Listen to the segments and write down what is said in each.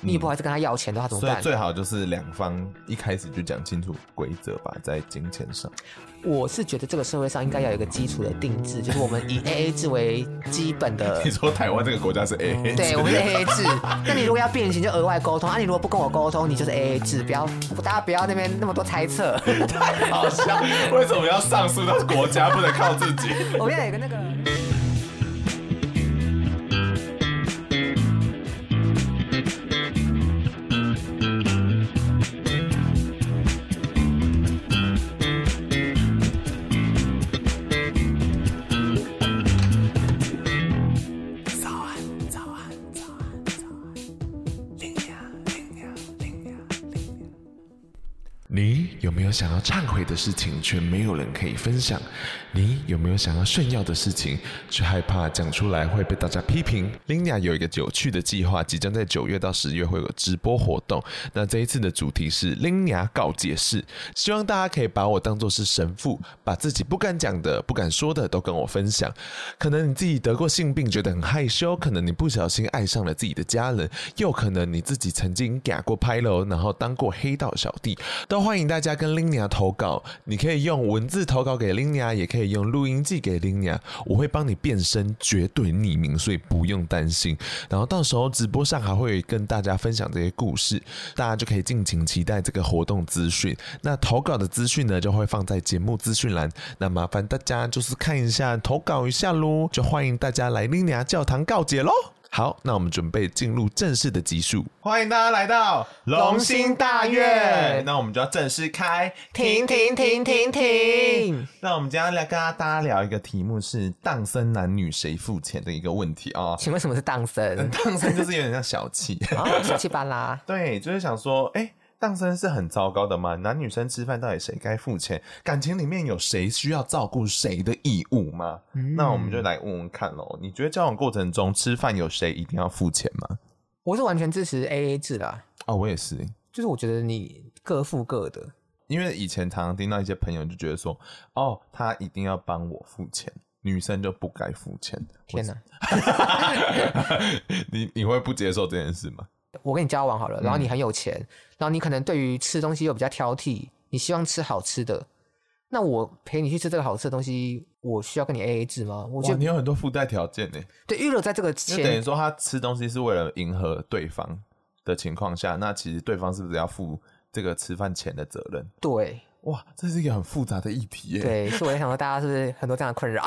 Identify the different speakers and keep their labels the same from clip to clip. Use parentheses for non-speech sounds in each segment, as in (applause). Speaker 1: 你也不好意思跟他要钱的话怎么
Speaker 2: 嗯所以
Speaker 1: 办？
Speaker 2: 最好就是两方一开始就讲清楚规则吧，在金钱上。
Speaker 1: 我是觉得这个社会上应该要有一个基础的定制，就是我们
Speaker 2: (laughs)
Speaker 1: 以 A A 制为基本的
Speaker 2: (laughs) 你。说台湾这个国家是 A A
Speaker 1: 嗯对，我们是 A A 制。
Speaker 2: (laughs)
Speaker 1: 那你如果要变形，就额外沟通啊！你如果不跟我沟通，你就是 A A 制，不要大家不要那边那么多猜
Speaker 2: (laughs)
Speaker 1: 测。
Speaker 2: 太好 (laughs) 笑，为什么要上诉到国家，不能靠自己？
Speaker 1: 我们要有一个那个。
Speaker 3: 你有没有想要忏悔的事情，却没有人可以分享？你有没有想要炫耀的事情，却害怕讲出来会被大家批评？林雅有一个有趣的计划，即将在九月到十月会有直播活动。那这一次的主题是林雅告解室，希望大家可以把我当做是神父，把自己不敢讲的、不敢说的都跟我分享。可能你自己得过性病，觉得很害羞；可能你不小心爱上了自己的家人，又可能你自己曾经假过拍楼，然后当过黑道小弟，都欢迎大家跟 Linia 投稿。你可以用文字投稿给 Linia，也可以用录音寄给 Linia，我会帮你变身，绝对匿名，所以不用担心。然后到时候直播上还会跟大家分享这些故事，大家就可以尽情期待这个活动资讯。那投稿的资讯呢，就会放在节目资讯栏。那麻烦大家就是看一下，投稿一下喽，就欢迎大家来 Linia 教堂告解喽。好，那我们准备进入正式的集数。
Speaker 2: 欢迎大家来到
Speaker 1: 龙兴大院
Speaker 2: 那我们就要正式开
Speaker 1: 停停停停停！
Speaker 2: 那我们今天要来跟大家聊一个题目是荡生男女谁付钱的一个问题
Speaker 1: (laughs)
Speaker 2: 哦。
Speaker 1: 请问什么是荡
Speaker 2: (laughs)
Speaker 1: 生？
Speaker 2: 荡生就是有点像小
Speaker 1: (laughs)
Speaker 2: 气，
Speaker 1: 啊，小气巴拉。
Speaker 2: 对，就是想说，哎、荡生是很糟糕的吗？男女生吃饭到底谁该付钱？感情里面有谁需要照顾谁的义务吗？
Speaker 1: 嗯
Speaker 2: 那我们就来问问看喽。你觉得交往过程中吃饭有谁一定要付钱吗？
Speaker 1: 我是完全支持 A A 制啦，
Speaker 2: 哦，我也是，
Speaker 1: 就是我觉得你各付各的。
Speaker 2: 因为以前常常听到一些朋友就觉得说，哦，他一定要帮我付钱，女生就不该付钱。 (laughs)
Speaker 1: 天哪！
Speaker 2: 你你会不接受这件事吗？
Speaker 1: 我跟你交往好了，然后
Speaker 2: 嗯
Speaker 1: 你很有钱，然后你可能对于吃东西又比较挑剔，你希望吃好吃的，那我陪你去吃这个好吃的东西，我需要跟你 A A 制吗？我
Speaker 2: 哇，
Speaker 1: 觉得
Speaker 2: 你有很多附带条件呢，
Speaker 1: 对，预留在这个
Speaker 2: 就等于
Speaker 1: 前，
Speaker 2: 说他吃东西是为了迎合对方的情况下，那其实对方是不是要负这个吃饭钱的责任？
Speaker 1: 对
Speaker 2: 哇，这是一个很复杂的议题耶。，
Speaker 1: 对，所以我在想说，大家是不是很多这样的困
Speaker 2: (laughs)
Speaker 1: 扰？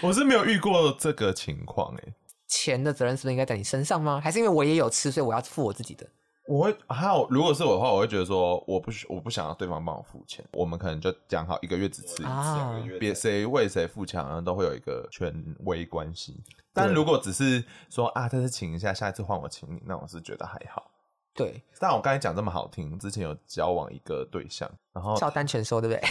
Speaker 2: 我是没有遇过这个情况哎。
Speaker 1: 钱的责任是不是应该在你身上吗？还是因为我也有吃，所以我要付我自己的？
Speaker 2: 我会还有，如果是我的话，我会觉得说，我不需我不想要对方帮我付钱，我们可能就讲好一个月只吃一次，
Speaker 1: 啊
Speaker 2: 别谁为谁付钱，好像都会有一个权威关系。但如果只是说啊，这次请一下，下一次换我请你，那我是觉得还好。
Speaker 1: 对，
Speaker 2: 但我刚才讲这么好听，之前有交往一个对象，然后
Speaker 1: 照单全收，对不对？
Speaker 2: (laughs)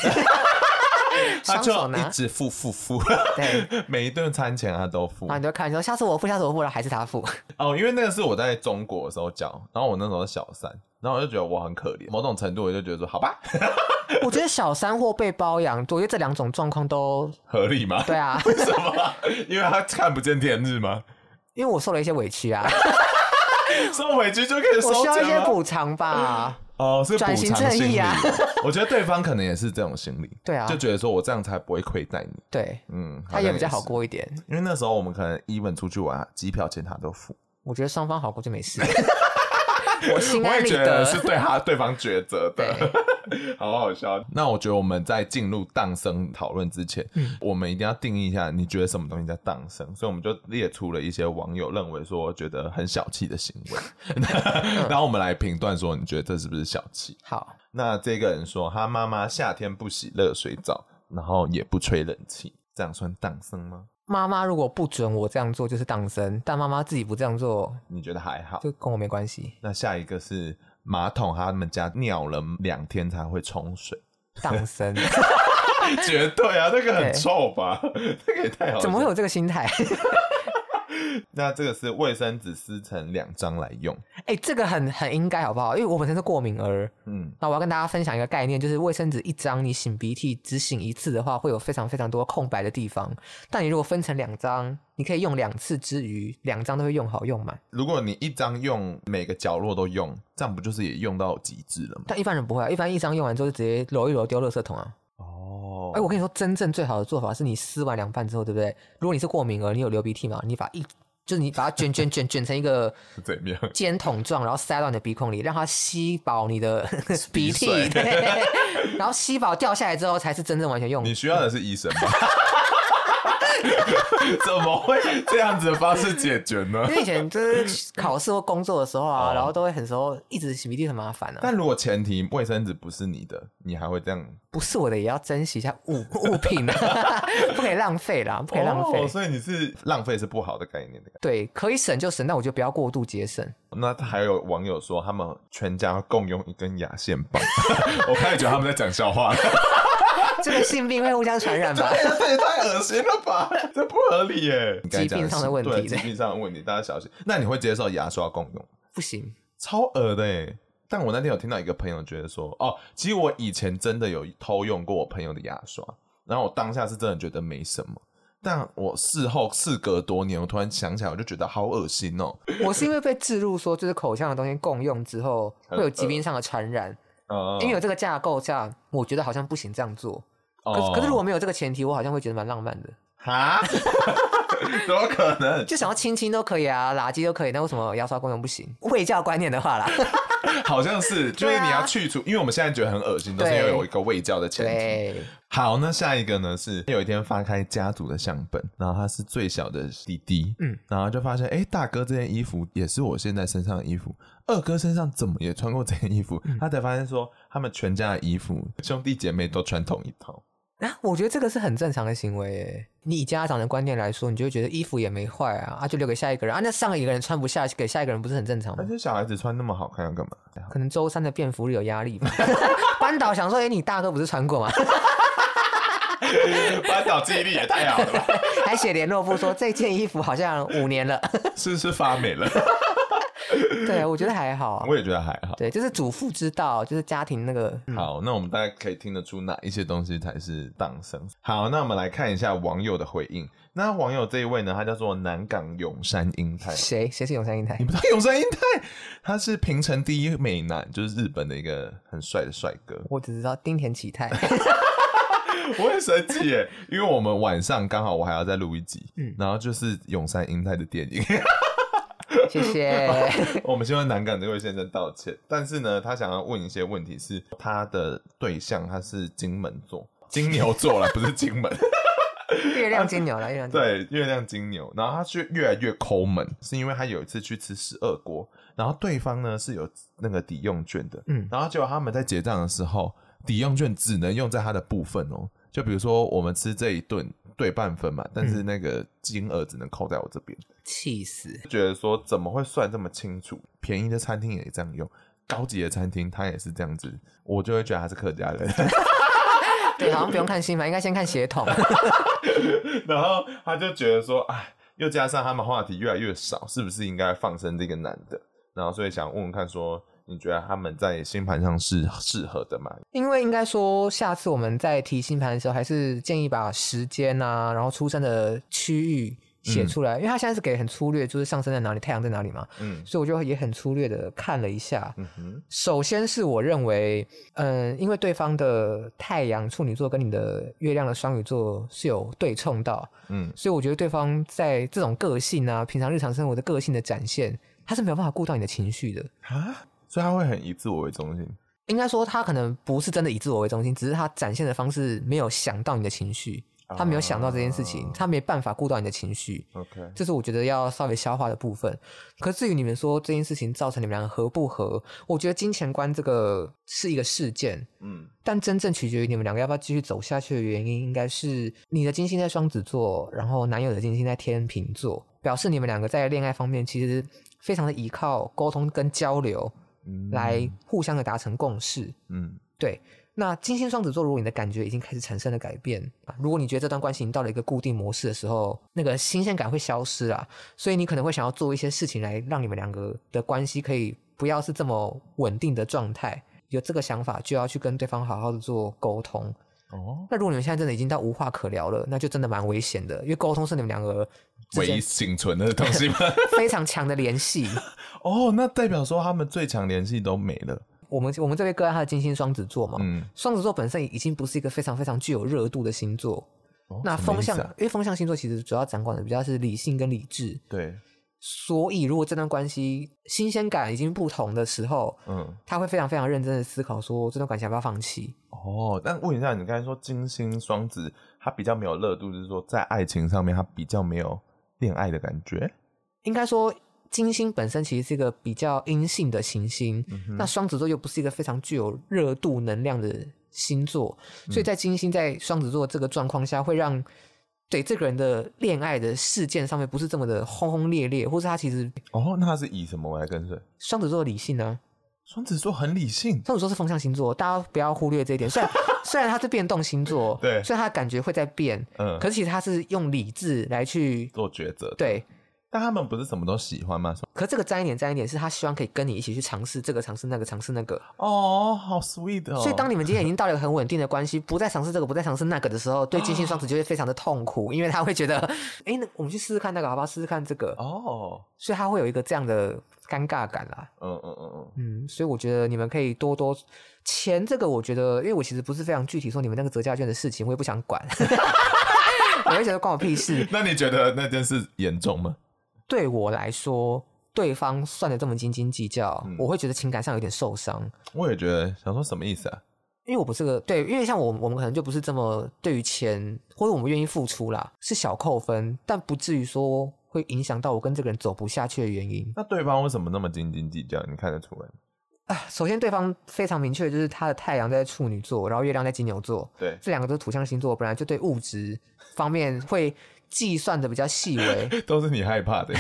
Speaker 2: 他
Speaker 1: 双 (laughs)
Speaker 2: 就
Speaker 1: 手
Speaker 2: 一
Speaker 1: 拿，
Speaker 2: 直付付付， (laughs)
Speaker 1: 对，
Speaker 2: 每一顿餐钱他都付
Speaker 1: 然后你就看，你说下次我付，下次我付了，还是他付？
Speaker 2: 哦，因为那个是我在中国的时候交，然后我那时候是小三，然后我就觉得我很可怜，某种程度我就觉得说，好吧，
Speaker 1: 我觉得小三或被包养，我觉得这两种状况都
Speaker 2: 合理吗？
Speaker 1: 对啊，
Speaker 2: (laughs) 为什么？因为他看不见天日
Speaker 1: (laughs)
Speaker 2: 吗？
Speaker 1: 因为我受了一些委屈
Speaker 2: (laughs)
Speaker 1: 啊，
Speaker 2: 收回去就可以
Speaker 1: 我
Speaker 2: 收
Speaker 1: 需要一些
Speaker 2: 钱吗？
Speaker 1: 补偿吧。
Speaker 2: 哦，是补偿
Speaker 1: 转型正
Speaker 2: 心
Speaker 1: 义
Speaker 2: 理
Speaker 1: 啊。
Speaker 2: 我觉得对方可能也是这种心
Speaker 1: (laughs)
Speaker 2: 理，
Speaker 1: 对啊
Speaker 2: 就觉得说我这样才不会亏待你。
Speaker 1: 对，
Speaker 2: 嗯，
Speaker 1: 他也比较好
Speaker 2: 过。
Speaker 1: 过一点。
Speaker 2: 因为那时候我们可能 even 出去玩，机票钱他都付。 (laughs)
Speaker 1: 我觉得双方好过就没事。我心
Speaker 2: 我
Speaker 1: 安
Speaker 2: 也
Speaker 1: 理
Speaker 2: 觉得是
Speaker 1: 得。
Speaker 2: 对他对方抉择的
Speaker 1: 对，
Speaker 2: (laughs) 好好笑。那我觉得我们在进入荡生讨论之前，
Speaker 1: 嗯
Speaker 2: 我们一定要定义一下，你觉得什么东西叫荡生？所以我们就列出了一些网友认为说觉得很小气的行为， (laughs)
Speaker 1: 嗯
Speaker 2: 然后我们来评断说你觉得这是不是小气？
Speaker 1: 好，
Speaker 2: 那这个人说他妈妈夏天不洗热水澡，然后也不吹冷气，这样算荡生吗？
Speaker 1: 妈妈如果不准我这样做，就是当生；但妈妈自己不这样做，
Speaker 2: 你觉得还好？
Speaker 1: 就跟我没关系。
Speaker 2: 那下一个是马桶，他们家尿了两天才会冲水。 (laughs)
Speaker 1: 当生
Speaker 2: 绝对啊，那个很
Speaker 1: 对
Speaker 2: 臭吧？ (laughs) 那个也太
Speaker 1: (laughs)
Speaker 2: 好。
Speaker 1: 怎么会有？这个心态？ (laughs)
Speaker 2: 那这个是卫生纸撕成两张来用。
Speaker 1: 哎、这个很很应该好不好？因为我本身是过敏儿，
Speaker 2: 嗯，
Speaker 1: 那我要跟大家分享一个概念，就是卫生纸一张，你擤鼻涕只擤一次的话，会有非常非常多空白的地方。但你如果分成两张，你可以用两次之余，两张都会用好用满。
Speaker 2: 如果你一张用每个角落都用，这样不就是也用到极致了吗？
Speaker 1: 但一般人不会、啊，一般一张用完之后就直接揉一揉丢垃圾桶啊。
Speaker 2: 哦
Speaker 1: 哎、我跟你说，真正最好的做法是你撕完两半之后，对不对？如果你是过敏儿，你有流鼻涕嘛，你把一就是你把它卷卷卷卷成一个
Speaker 2: 是怎么样？
Speaker 1: 尖筒状，然后塞到你的鼻孔里，让它吸饱你的 (laughs) 鼻涕
Speaker 2: 水，
Speaker 1: 对然后吸饱掉下来之后，才是真正完全用。
Speaker 2: 你需要的是医生吗？ (laughs) 怎么会这样子的方式解决呢
Speaker 1: (laughs) 因？为以前就是考试或工作的时候啊，
Speaker 2: 哦
Speaker 1: 然后都会很熟，一直擤鼻涕很麻烦啊。
Speaker 2: 但如果前提卫生纸不是你的，你还会这样？
Speaker 1: 不是我的也要珍惜一下 (laughs) 物物品啊， (laughs) 不可以浪费啦，不可以浪费。
Speaker 2: 哦所以你是浪费是不好的概念的。
Speaker 1: 对，可以省就省，但我觉得不要过度节省。
Speaker 2: 那还有网友说，他们全家共用一根牙线棒， (laughs) 我开始觉得他们在讲笑话 (laughs) 了。
Speaker 1: 这个性病会互相传染 (laughs) 吧？
Speaker 2: 哎呀，这也太恶心了吧！这不合理耶，
Speaker 1: 疾病上的问题
Speaker 2: 对疾病上的问题，大家小心。那你会接受牙刷共用？
Speaker 1: 不行，
Speaker 2: 超恶的耶！但我那天有听到一个朋友觉得说，哦，其实我以前真的有偷用过我朋友的牙刷，然后我当下是真的觉得没什么，但我事后事隔多年，我突然想起来，我就觉得好恶心哦。
Speaker 1: 我是因为被置入说，就是口腔的东西共用之后会有疾病上的传染，
Speaker 2: 呃
Speaker 1: 因为有这个架构下，我觉得好像不行这样做。可是、
Speaker 2: 哦
Speaker 1: 可是如果没有这个前提，我好像会觉得蛮浪漫的，
Speaker 2: 哈， (laughs) 怎么可能？
Speaker 1: 就想要亲亲都可以啊，垃圾都可以，那为什么牙刷共用不行？ (laughs) 卫教观念的话啦，
Speaker 2: 好像是，就
Speaker 1: 对
Speaker 2: 是
Speaker 1: 啊
Speaker 2: 你要去除，因为我们现在觉得很恶心，都是
Speaker 1: 对
Speaker 2: 要有一个味教的前提。
Speaker 1: (laughs) 对。
Speaker 2: 好，那下一个呢是有一天翻开家族的相本，然后他是最小的弟弟，嗯
Speaker 1: 嗯，
Speaker 2: 然后就发现，哎、大哥这件衣服也是我现在身上的衣服，二哥身上怎么也穿过这件衣服？他才发现说，他们全家的衣服，兄弟姐妹都穿同一套。
Speaker 1: 啊，我觉得这个是很正常的行为耶。你以家长的观念来说，你就会觉得衣服也没坏啊，啊就留给下一个人啊，那上一个人穿不下，给下一个人不是很正常吗
Speaker 2: 而？且小孩子穿那么好看要干嘛？ (laughs)
Speaker 1: 可能周三的便服里有压力吧。 (laughs) 班导想说，哎、你大哥不是穿过吗？ (laughs)
Speaker 2: 班长记忆力也太好了吧？ (laughs)
Speaker 1: 还写联络簿说这件衣服好像五年了。 (laughs)
Speaker 2: 是不是发霉了？ (laughs)
Speaker 1: 对，我觉得还好啊。
Speaker 2: 我也觉得还好。
Speaker 1: 对，就是主妇之道，就是家庭那个。嗯
Speaker 2: 好，那我们大概可以听得出哪一些东西才是荡生。好，那我们来看一下网友的回应。那网友这一位呢，他叫做南港永山英太。
Speaker 1: 谁谁是永山英台
Speaker 2: 你？不知道永山英太，他是平成第一美男，就是日本的一个很帅的帅
Speaker 1: (laughs)
Speaker 2: 哥。
Speaker 1: 我只知道丁田启泰。 (laughs)
Speaker 2: 我很生气耶，因为我们晚上刚好我还要再录一集，
Speaker 1: 嗯
Speaker 2: 然后就是永山英太的电影。 (laughs)
Speaker 1: 谢谢。
Speaker 2: 我们希望南港这位先生道歉，但是呢，他想要问一些问题是，他的对象他是金门座，金牛座啦，不是金门。
Speaker 1: 月亮金牛了，月亮金牛。
Speaker 2: 对，月亮金牛，然后他却越来越抠门，是因为他有一次去吃十二锅，然后对方呢是有那个抵用券的，
Speaker 1: 嗯
Speaker 2: 然后结果他们在结账的时候，抵用券只能用在他的部分哦，就比如说我们吃这一顿对半分嘛，但是那个金额只能扣在我这边，
Speaker 1: 气死！
Speaker 2: 觉得说怎么会算这么清楚？便宜的餐厅也这样用，高级的餐厅他也是这样子，我就会觉得他是客家人。
Speaker 1: 对，好像不用看新闻，应该先看血统。啊
Speaker 2: (laughs) 然后他就觉得说，哎，又加上他们话题越来越少，是不是应该放生这个男的？然后所以想问问看说，你觉得他们在星盘上是适合的吗？
Speaker 1: 因为应该说，下次我们在提星盘的时候，还是建议把时间啊，然后出生的区域写出来，因为他现在是给很粗略，就是上升在哪里，太阳在哪里嘛，
Speaker 2: 嗯
Speaker 1: 所以我就也很粗略的看了一下。
Speaker 2: 嗯哼，
Speaker 1: 首先是我认为，嗯，因为对方的太阳处女座跟你的月亮的双鱼座是有对冲到，
Speaker 2: 嗯
Speaker 1: 所以我觉得对方在这种个性啊，平常日常生活的个性的展现，他是没有办法顾到你的情绪的。
Speaker 2: 啊，所以他会很以自我为中心。
Speaker 1: 应该说，他可能不是真的以自我为中心，只是他展现的方式没有想到你的情绪，他没有想到这件事
Speaker 2: 啊
Speaker 1: 情，他没办法顾到你的情绪。
Speaker 2: OK，
Speaker 1: 这是我觉得要稍微消化的部分。可至于你们说这件事情造成你们两个合不合，我觉得金钱观这个是一个事件，
Speaker 2: 嗯，
Speaker 1: 但真正取决于你们两个要不要继续走下去的原因，应该是你的金星在双子座，然后男友的金星在天秤座，表示你们两个在恋爱方面其实非常的依靠沟通跟交流
Speaker 2: 嗯
Speaker 1: 来互相的达成共识。
Speaker 2: 嗯
Speaker 1: 对，那金星双子座，如果你的感觉已经开始产生了改变，啊如果你觉得这段关系已经到了一个固定模式的时候，那个新鲜感会消失啊，所以你可能会想要做一些事情来让你们两个的关系可以不要是这么稳定的状态。有这个想法，就要去跟对方好好的做沟通。
Speaker 2: 哦，
Speaker 1: 那如果你们现在真的已经到无话可聊了，那就真的蛮危险的，因为沟通是你们两个之
Speaker 3: 唯一
Speaker 1: 间
Speaker 3: 幸存的东
Speaker 1: (laughs)
Speaker 3: 西吗？
Speaker 1: 非常强的联系。
Speaker 2: 哦，那代表说他们最强联系都没了。
Speaker 1: 我们我们这位个案他的金星双子座嘛，
Speaker 2: 嗯，
Speaker 1: 双子座本身已经不是一个非常非常具有热度的星座，
Speaker 2: 哦
Speaker 1: 那
Speaker 2: 什么
Speaker 1: 风
Speaker 2: 意思
Speaker 1: 象，
Speaker 2: 啊
Speaker 1: 因为风象星座其实主要掌管的比较是理性跟理智，
Speaker 2: 对，
Speaker 1: 所以如果这段关系新鲜感已经不同的时候，
Speaker 2: 嗯，
Speaker 1: 他会非常非常认真的思考说这段关系要不要放弃。
Speaker 2: 哦，但问一下，你刚才说金星双子，他比较没有热度，就是说在爱情上面他比较没有恋爱的感觉。
Speaker 1: 应该说，金星本身其实是一个比较阴性的行星，
Speaker 2: 嗯
Speaker 1: 那双子座又不是一个非常具有热度能量的星座，
Speaker 2: 嗯
Speaker 1: 所以在金星在双子座这个状况下，会让对这个人的恋爱的事件上面不是这么的轰轰烈烈，或是他其实
Speaker 2: 哦，那他是以什么来跟随？
Speaker 1: 双子座理性呢、
Speaker 2: 双子座很理性，
Speaker 1: 双子座是风象星座，大家不要忽略这一点。虽
Speaker 2: (laughs)
Speaker 1: 然虽然它是变动星座，
Speaker 2: 对
Speaker 1: 虽然它的感觉会在变，
Speaker 2: 嗯，
Speaker 1: 可是其实它是用理智来去
Speaker 2: 做抉择。，
Speaker 1: 对。
Speaker 2: 但他们不是什么都喜欢吗？
Speaker 1: 可这个沾一点沾一点，是他希望可以跟你一起去尝试这个，尝试那个，尝试那个。
Speaker 2: 哦，好 sweet 哦。
Speaker 1: 所以，当你们今天已经到了一个很稳定的关系，不再尝试这个，不再尝试那个的时候，对金星双子就会非常的痛
Speaker 2: (laughs)
Speaker 1: 苦，因为他会觉得，哎、那我们去试试看那个，好不好？试试看这个，
Speaker 2: 哦，
Speaker 1: 所以他会有一个这样的尴尬感啦。
Speaker 2: 嗯嗯嗯嗯，
Speaker 1: 嗯，所以我觉得你们可以多多钱这个，我觉得，因为我其实不是非常具体说你们那个折价券的事情，我也不想管， (laughs) 我会觉得关我屁事。
Speaker 2: 那你觉得那件事严重吗？
Speaker 1: 对我来说，对方算的这么斤斤计较，
Speaker 2: 嗯
Speaker 1: 我会觉得情感上有点受伤，
Speaker 2: 我也觉得，想说什么意思啊？
Speaker 1: 因为我不是个对，因为像我我们可能就不是这么对于钱或者我们愿意付出啦，是小扣分，但不至于说会影响到我跟这个人走不下去的原因。
Speaker 2: 那对方为什么那么斤斤计较？你看得出来吗？
Speaker 1: 啊，首先对方非常明确，就是他的太阳在处女座，然后月亮在金牛座，
Speaker 2: 对，
Speaker 1: 这两个都是土象星座，本来就对物质方面会计算的比较细
Speaker 2: (laughs)
Speaker 1: 微，
Speaker 2: (laughs) 都是你害怕的。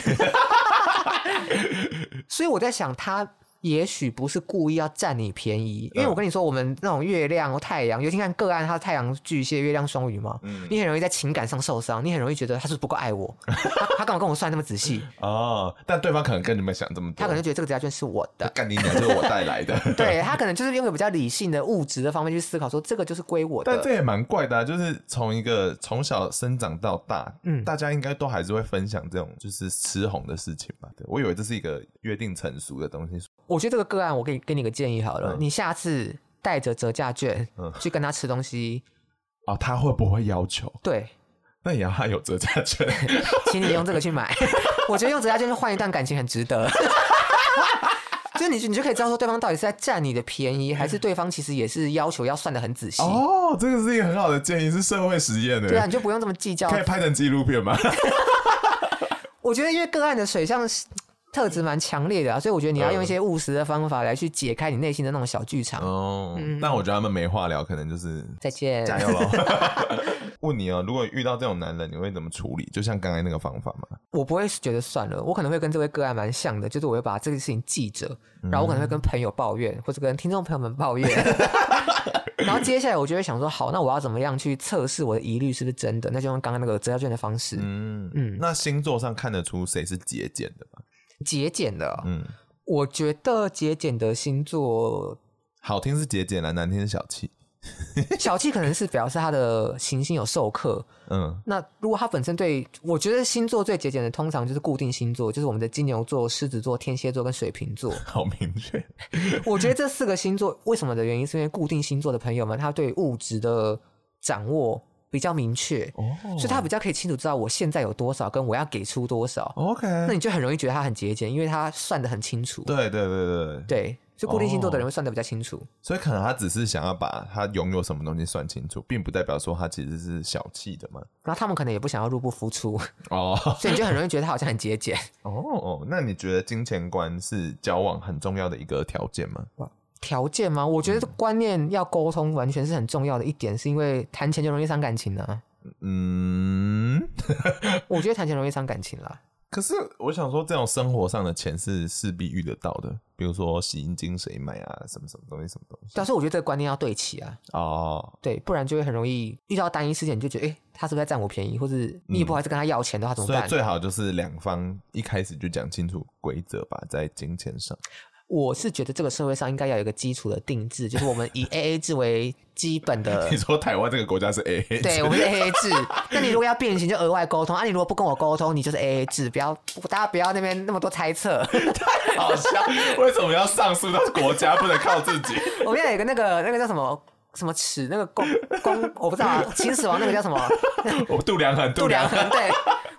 Speaker 1: 所以我在想，他也许不是故意要占你便宜，
Speaker 2: 嗯
Speaker 1: 因为我跟你说，我们那种月亮、太阳，尤其看个案，他太阳巨蟹、月亮双鱼嘛，
Speaker 2: 嗯，
Speaker 1: 你很容易在情感上受伤，你很容易觉得他是不是不够爱我，
Speaker 2: (laughs)
Speaker 1: 他他干嘛跟我算那么仔细？
Speaker 2: 哦，但对方可能跟你们想这么多，
Speaker 1: 他可能觉得这个家券是我的。
Speaker 2: 干你娘就是我带来的。
Speaker 1: (laughs) 对他可能就是用个比较理性的物质的方面去思考，说这个就是归我的。
Speaker 2: (laughs) 但这也蛮怪的、啊，就是从一个从小生长到大，
Speaker 1: 嗯
Speaker 2: 大家应该都还是会分享这种就是吃红的事情吧？对，我以为这是一个约定成熟的东西。
Speaker 1: 我觉得这个个案，我给给你个建议好了，
Speaker 2: 嗯
Speaker 1: 你下次带着折价券、
Speaker 2: 嗯
Speaker 1: 去跟他吃东西，
Speaker 2: 哦，他会不会要求？
Speaker 1: 对，
Speaker 2: 那也要他有折价
Speaker 1: (laughs)
Speaker 2: 券。
Speaker 1: 请你用这个去
Speaker 2: (laughs)
Speaker 1: 买。我觉得用折价券去换一段感情很值得。就是你就你就可以知道说对方到底是在占你的便宜，还是对方其实也是要求要算的很仔细。
Speaker 2: 哦，这个是一个很好的建议，是社会实验的。
Speaker 1: 对啊，你就不用这么计较。
Speaker 2: 可以拍成纪录片吗？ (laughs)
Speaker 1: 我觉得因为个案的水象是特质蛮强烈的啊，所以我觉得你要用一些务实的方法来去解开你内心的那种小剧场。
Speaker 2: 哦，
Speaker 1: 嗯
Speaker 2: 但我觉得他们没话聊，可能就是
Speaker 1: 再见。
Speaker 2: 加油啊喽。 (laughs) 问你哦，如果遇到这种男人，你会怎么处理？就像刚才那个方法嘛。
Speaker 1: 我不会觉得算了，我可能会跟这位个案蛮像的，就是我会把这个事情记着，然后我可能会
Speaker 2: 嗯
Speaker 1: 跟朋友抱怨，或者跟听众朋友们抱怨。 (laughs) 然后接下来我就会想说，好，那我要怎么样去测试我的疑虑是不是真的？那就用刚刚那个折价券的方式，
Speaker 2: 嗯
Speaker 1: 嗯
Speaker 2: 那星座上看得出谁是节俭的吧？
Speaker 1: 节俭的哦。
Speaker 2: 嗯，
Speaker 1: 我觉得节俭的星座
Speaker 2: 好听是节俭啦，难听是小气。
Speaker 1: 小气可能是表示他的行星有授课，
Speaker 2: 嗯， (laughs)
Speaker 1: 那如果他本身对，我觉得星座最节俭的，通常就是固定星座，就是我们的金牛座、狮子座、天蝎座跟水瓶座。
Speaker 2: 好明确。
Speaker 1: 我觉得这四个星座为什么的原因，是因为固定星座的朋友们，他对物质的掌握比较明确，
Speaker 2: 哦，
Speaker 1: 所以他比较可以清楚知道我现在有多少，跟我要给出多少。
Speaker 2: OK，
Speaker 1: 那你就很容易觉得他很节俭，因为他算的很清楚。
Speaker 2: 对对对对，
Speaker 1: 对，就固定星座的人会算的比较清楚。
Speaker 2: 所以可能他只是想要把他拥有什么东西算清楚，并不代表说他其实是小气的嘛。
Speaker 1: 然后他们可能也不想要入不敷出，
Speaker 2: 哦
Speaker 1: 所以你就很容易觉得他好像很节俭。
Speaker 2: 哦哦，那你觉得金钱观是交往很重要的一个条件吗？
Speaker 1: 条件吗？我
Speaker 2: 嗯
Speaker 1: 觉得观念要沟通，完全是很重要的一点，是因为谈钱就容易伤感情呢、
Speaker 2: 嗯，
Speaker 1: 我觉得谈钱容易伤感情啦。
Speaker 2: 可是我想说，这种生活上的钱是势必遇得到的，比如说洗衣精谁买啊，什么什么东西，什么东西。
Speaker 1: 但是我觉得这个观念要对齐啊，
Speaker 2: 哦，
Speaker 1: 对，不然就会很容易遇到单一事件，你就觉得哎、诶他是不是在占我便宜，或者你也不好意思跟他要钱的话，怎么
Speaker 2: 嗯所以
Speaker 1: 办？
Speaker 2: 最好就是两方一开始就讲清楚规则吧，在金钱 (laughs) 上。
Speaker 1: 我是觉得这个社会上应该要有一个基础的定制，就是我们以 A A 制为基本的
Speaker 2: (laughs) 你。说台湾这个国家是 A A
Speaker 1: 对，我们是 A A 制。那你如果要变形，就额外沟通。啊，你如果不跟我沟通，你就是 A A 制，不要大家不要那边那么多猜测。 (laughs)
Speaker 2: 好笑， (laughs) 为什么要上诉到国家，不能靠自己？
Speaker 1: 我们要有一个那个那个叫什么什么尺，那个公公，我不知道啊，秦始皇那个叫什
Speaker 2: (laughs)
Speaker 1: 么
Speaker 2: 我 (laughs) 度量衡，
Speaker 1: 度量衡？对，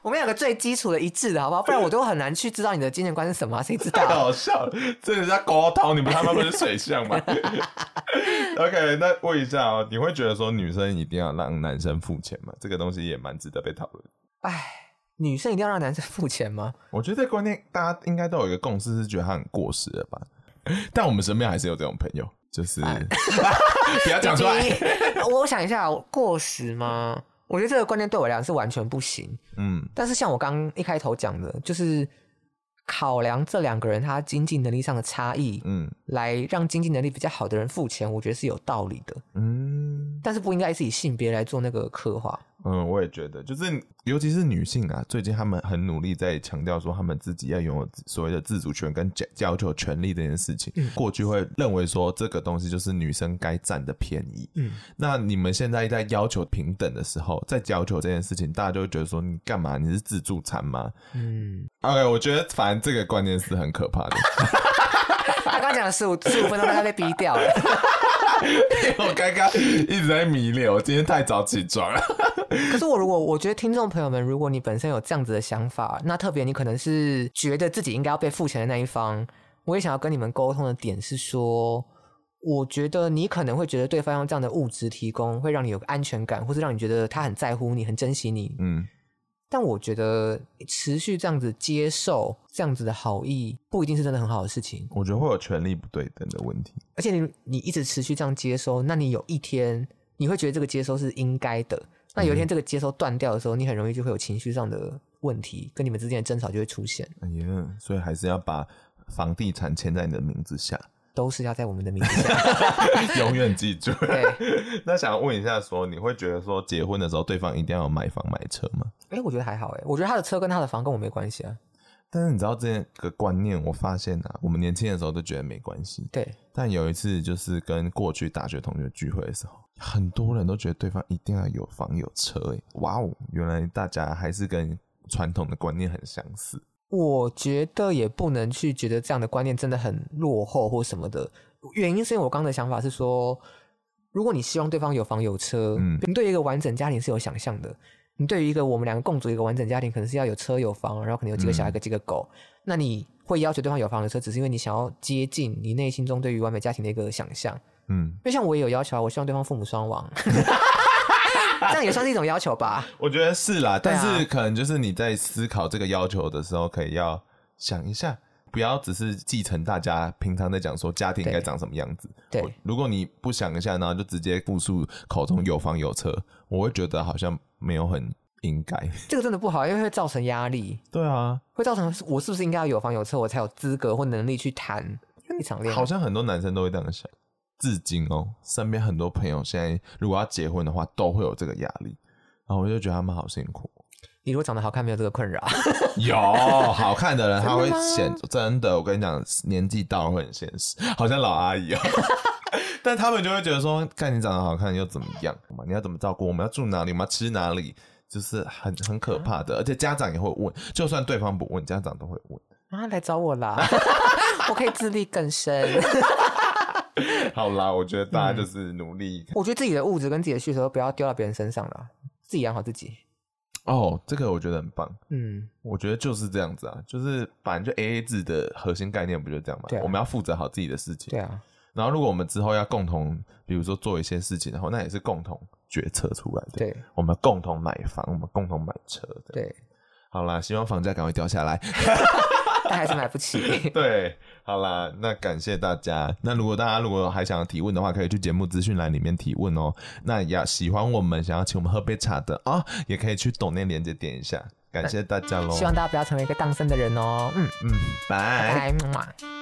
Speaker 1: 我们要有个最基础的一致的好不好？不然我都很难去知道你的金钱观是什么啊、谁知道啊？
Speaker 2: 太 (laughs) 好笑了，这个叫沟通，你们他妈不是水象
Speaker 1: (laughs)
Speaker 2: 吗？OK，那问一下哦，你会觉得说女生一定要让男生付钱吗？这个东西也蛮值得被讨论。
Speaker 1: 哎，女生一定要让男生付钱吗？
Speaker 2: 我觉得这个观念大家应该都有一个共识，是觉得他很过时了吧？但我们身边还是有这种朋友，就是 (laughs) 不要讲出来。
Speaker 1: 我想一下，过时吗？我觉得这个观念对我来讲是完全不行。
Speaker 2: 嗯，
Speaker 1: 但是像我刚一开头讲的，就是考量这两个人他经济能力上的差异，
Speaker 2: 嗯
Speaker 1: 来让经济能力比较好的人付钱，我觉得是有道理的。
Speaker 2: 嗯
Speaker 1: 但是不应该是以性别来做那个刻画。
Speaker 2: 嗯，我也觉得，就是尤其是女性啊，最近她们很努力在强调说，她们自己要拥有所谓的自主权跟要求权利这件事情。过去会认为说这个东西就是女生该占的便宜。
Speaker 1: 嗯，
Speaker 2: 那你们现在在要求平等的时候，在要求这件事情，大家就会觉得说，你干嘛？你是自助餐吗
Speaker 1: 嗯，
Speaker 2: ？OK，我觉得反正这个观念是很可怕的。
Speaker 1: 他刚讲了十五十五分钟，但他被逼掉了。
Speaker 2: 我刚刚一直在迷恋，我今天太早起床了。
Speaker 1: 可是我如果我觉得听众朋友们，如果你本身有这样子的想法，那特别你可能是觉得自己应该要被付钱的那一方，我也想要跟你们沟通的点是说。我觉得你可能会觉得对方用这样的物质提供，会让你有个安全感，或是让你觉得他很在乎你、很珍惜你。
Speaker 2: 嗯，
Speaker 1: 但我觉得持续这样子接受这样子的好意，不一定是真的很好的事情。
Speaker 2: 我觉得会有权利不对等的问题。
Speaker 1: 而且你你一直持续这样接收，那你有一天你会觉得这个接收是应该的，那有一天这个接收断掉的时候，你很容易就会有情绪上的问题，跟你们之间的争吵就会出现，
Speaker 2: 哎呀，所以还是要把房地产签在你的名字下，
Speaker 1: 都是要在我们的名字下。 (laughs)
Speaker 2: 永远记住。
Speaker 1: 对，
Speaker 2: 那想问一下说你会觉得说结婚的时候对方一定要有买房买车吗？
Speaker 1: 哎、我觉得还好、哎，我觉得他的车跟他的房跟我没关系啊。
Speaker 2: 但是你知道这个观念，我发现啊，我们年轻的时候都觉得没关系，
Speaker 1: 对，
Speaker 2: 但有一次就是跟过去大学同学聚会的时候，很多人都觉得对方一定要有房有车、欸，哇哦，原来大家还是跟传统的观念很相似。
Speaker 1: 我觉得也不能去觉得这样的观念真的很落后或什么的。原因是因为我刚刚的想法是说，如果你希望对方有房有车，
Speaker 2: 嗯
Speaker 1: 你对于一个完整家庭是有想象的。你对于一个我们两个共组一个完整家庭，可能是要有车有房，然后可能有几个小孩、跟几个狗。那你会要求对方有房有车，只是因为你想要接近你内心中对于完美家庭的一个想象。
Speaker 2: 嗯，
Speaker 1: 因为像我也有要求啊，我希望对方父母双亡， (laughs) 这样也算是一种要求吧。
Speaker 2: 我觉得是啦，
Speaker 1: 对
Speaker 2: 但
Speaker 1: 啊
Speaker 2: 是可能就是你在思考这个要求的时候，可以要想一下，不要只是继承大家平常在讲说家庭应该
Speaker 1: 对
Speaker 2: 长什么样子。
Speaker 1: 对
Speaker 2: 我，如果你不想一下，然后就直接复述口中有房有车，我会觉得好像没有很应该。
Speaker 1: 这个真的不好，因为会造成压力。
Speaker 2: 对啊，
Speaker 1: 会造成我是不是应该要有房有车，我才有资格或能力去谈一场恋爱？
Speaker 2: 好像很多男生都会这样想。至今哦，身边很多朋友现在如果要结婚的话，都会有这个压力，然后我就觉得他们好辛 (laughs) 苦。
Speaker 1: 你如果长得好看，没有这个困扰。 (laughs)
Speaker 2: 有好看的人，他会显真的。我跟你讲，年纪到了会很现实，好像老阿 (laughs) 姨哦。但他们就会觉得说，看你长得好看又怎么样嘛？你要怎么照顾？我们要住哪里？我们要吃哪里？就是很很可怕的，而且家长也会问，就算对方不问，家长都会问。
Speaker 1: 啊，来找我啦，我可以自力更生。 (laughs)
Speaker 2: 好啦，我觉得大家就是努力，嗯
Speaker 1: 我觉得自己的物质跟自己的需求都不要丢到别人身上了。自己养好自己。
Speaker 2: 哦，这个我觉得很棒。
Speaker 1: 嗯，
Speaker 2: 我觉得就是这样子啊，就是反正就 A A 制的核心概念不就这样嘛？
Speaker 1: 对啊
Speaker 2: 我们要负责好自己的事情。
Speaker 1: 对啊，
Speaker 2: 然后，如果我们之后要共同，比如说做一些事情，然后那也是共同决策出来的。，
Speaker 1: 对
Speaker 2: 我们共同买房，我们共同买车。这样，
Speaker 1: 对，
Speaker 2: 好啦，希望房价赶快掉下来。 (laughs)
Speaker 1: 但还是买不起。
Speaker 2: 对，好啦，那感谢大家。那如果大家如果还想要提问的话，可以去节目资讯栏里面提问哦。那也喜欢我们，想要请我们喝杯茶的啊、也可以去抖内连接点一下。感谢大家喽，
Speaker 1: 希望大家不要成为一个当生的人哦。嗯，
Speaker 2: 嗯，拜
Speaker 1: 拜拜。么么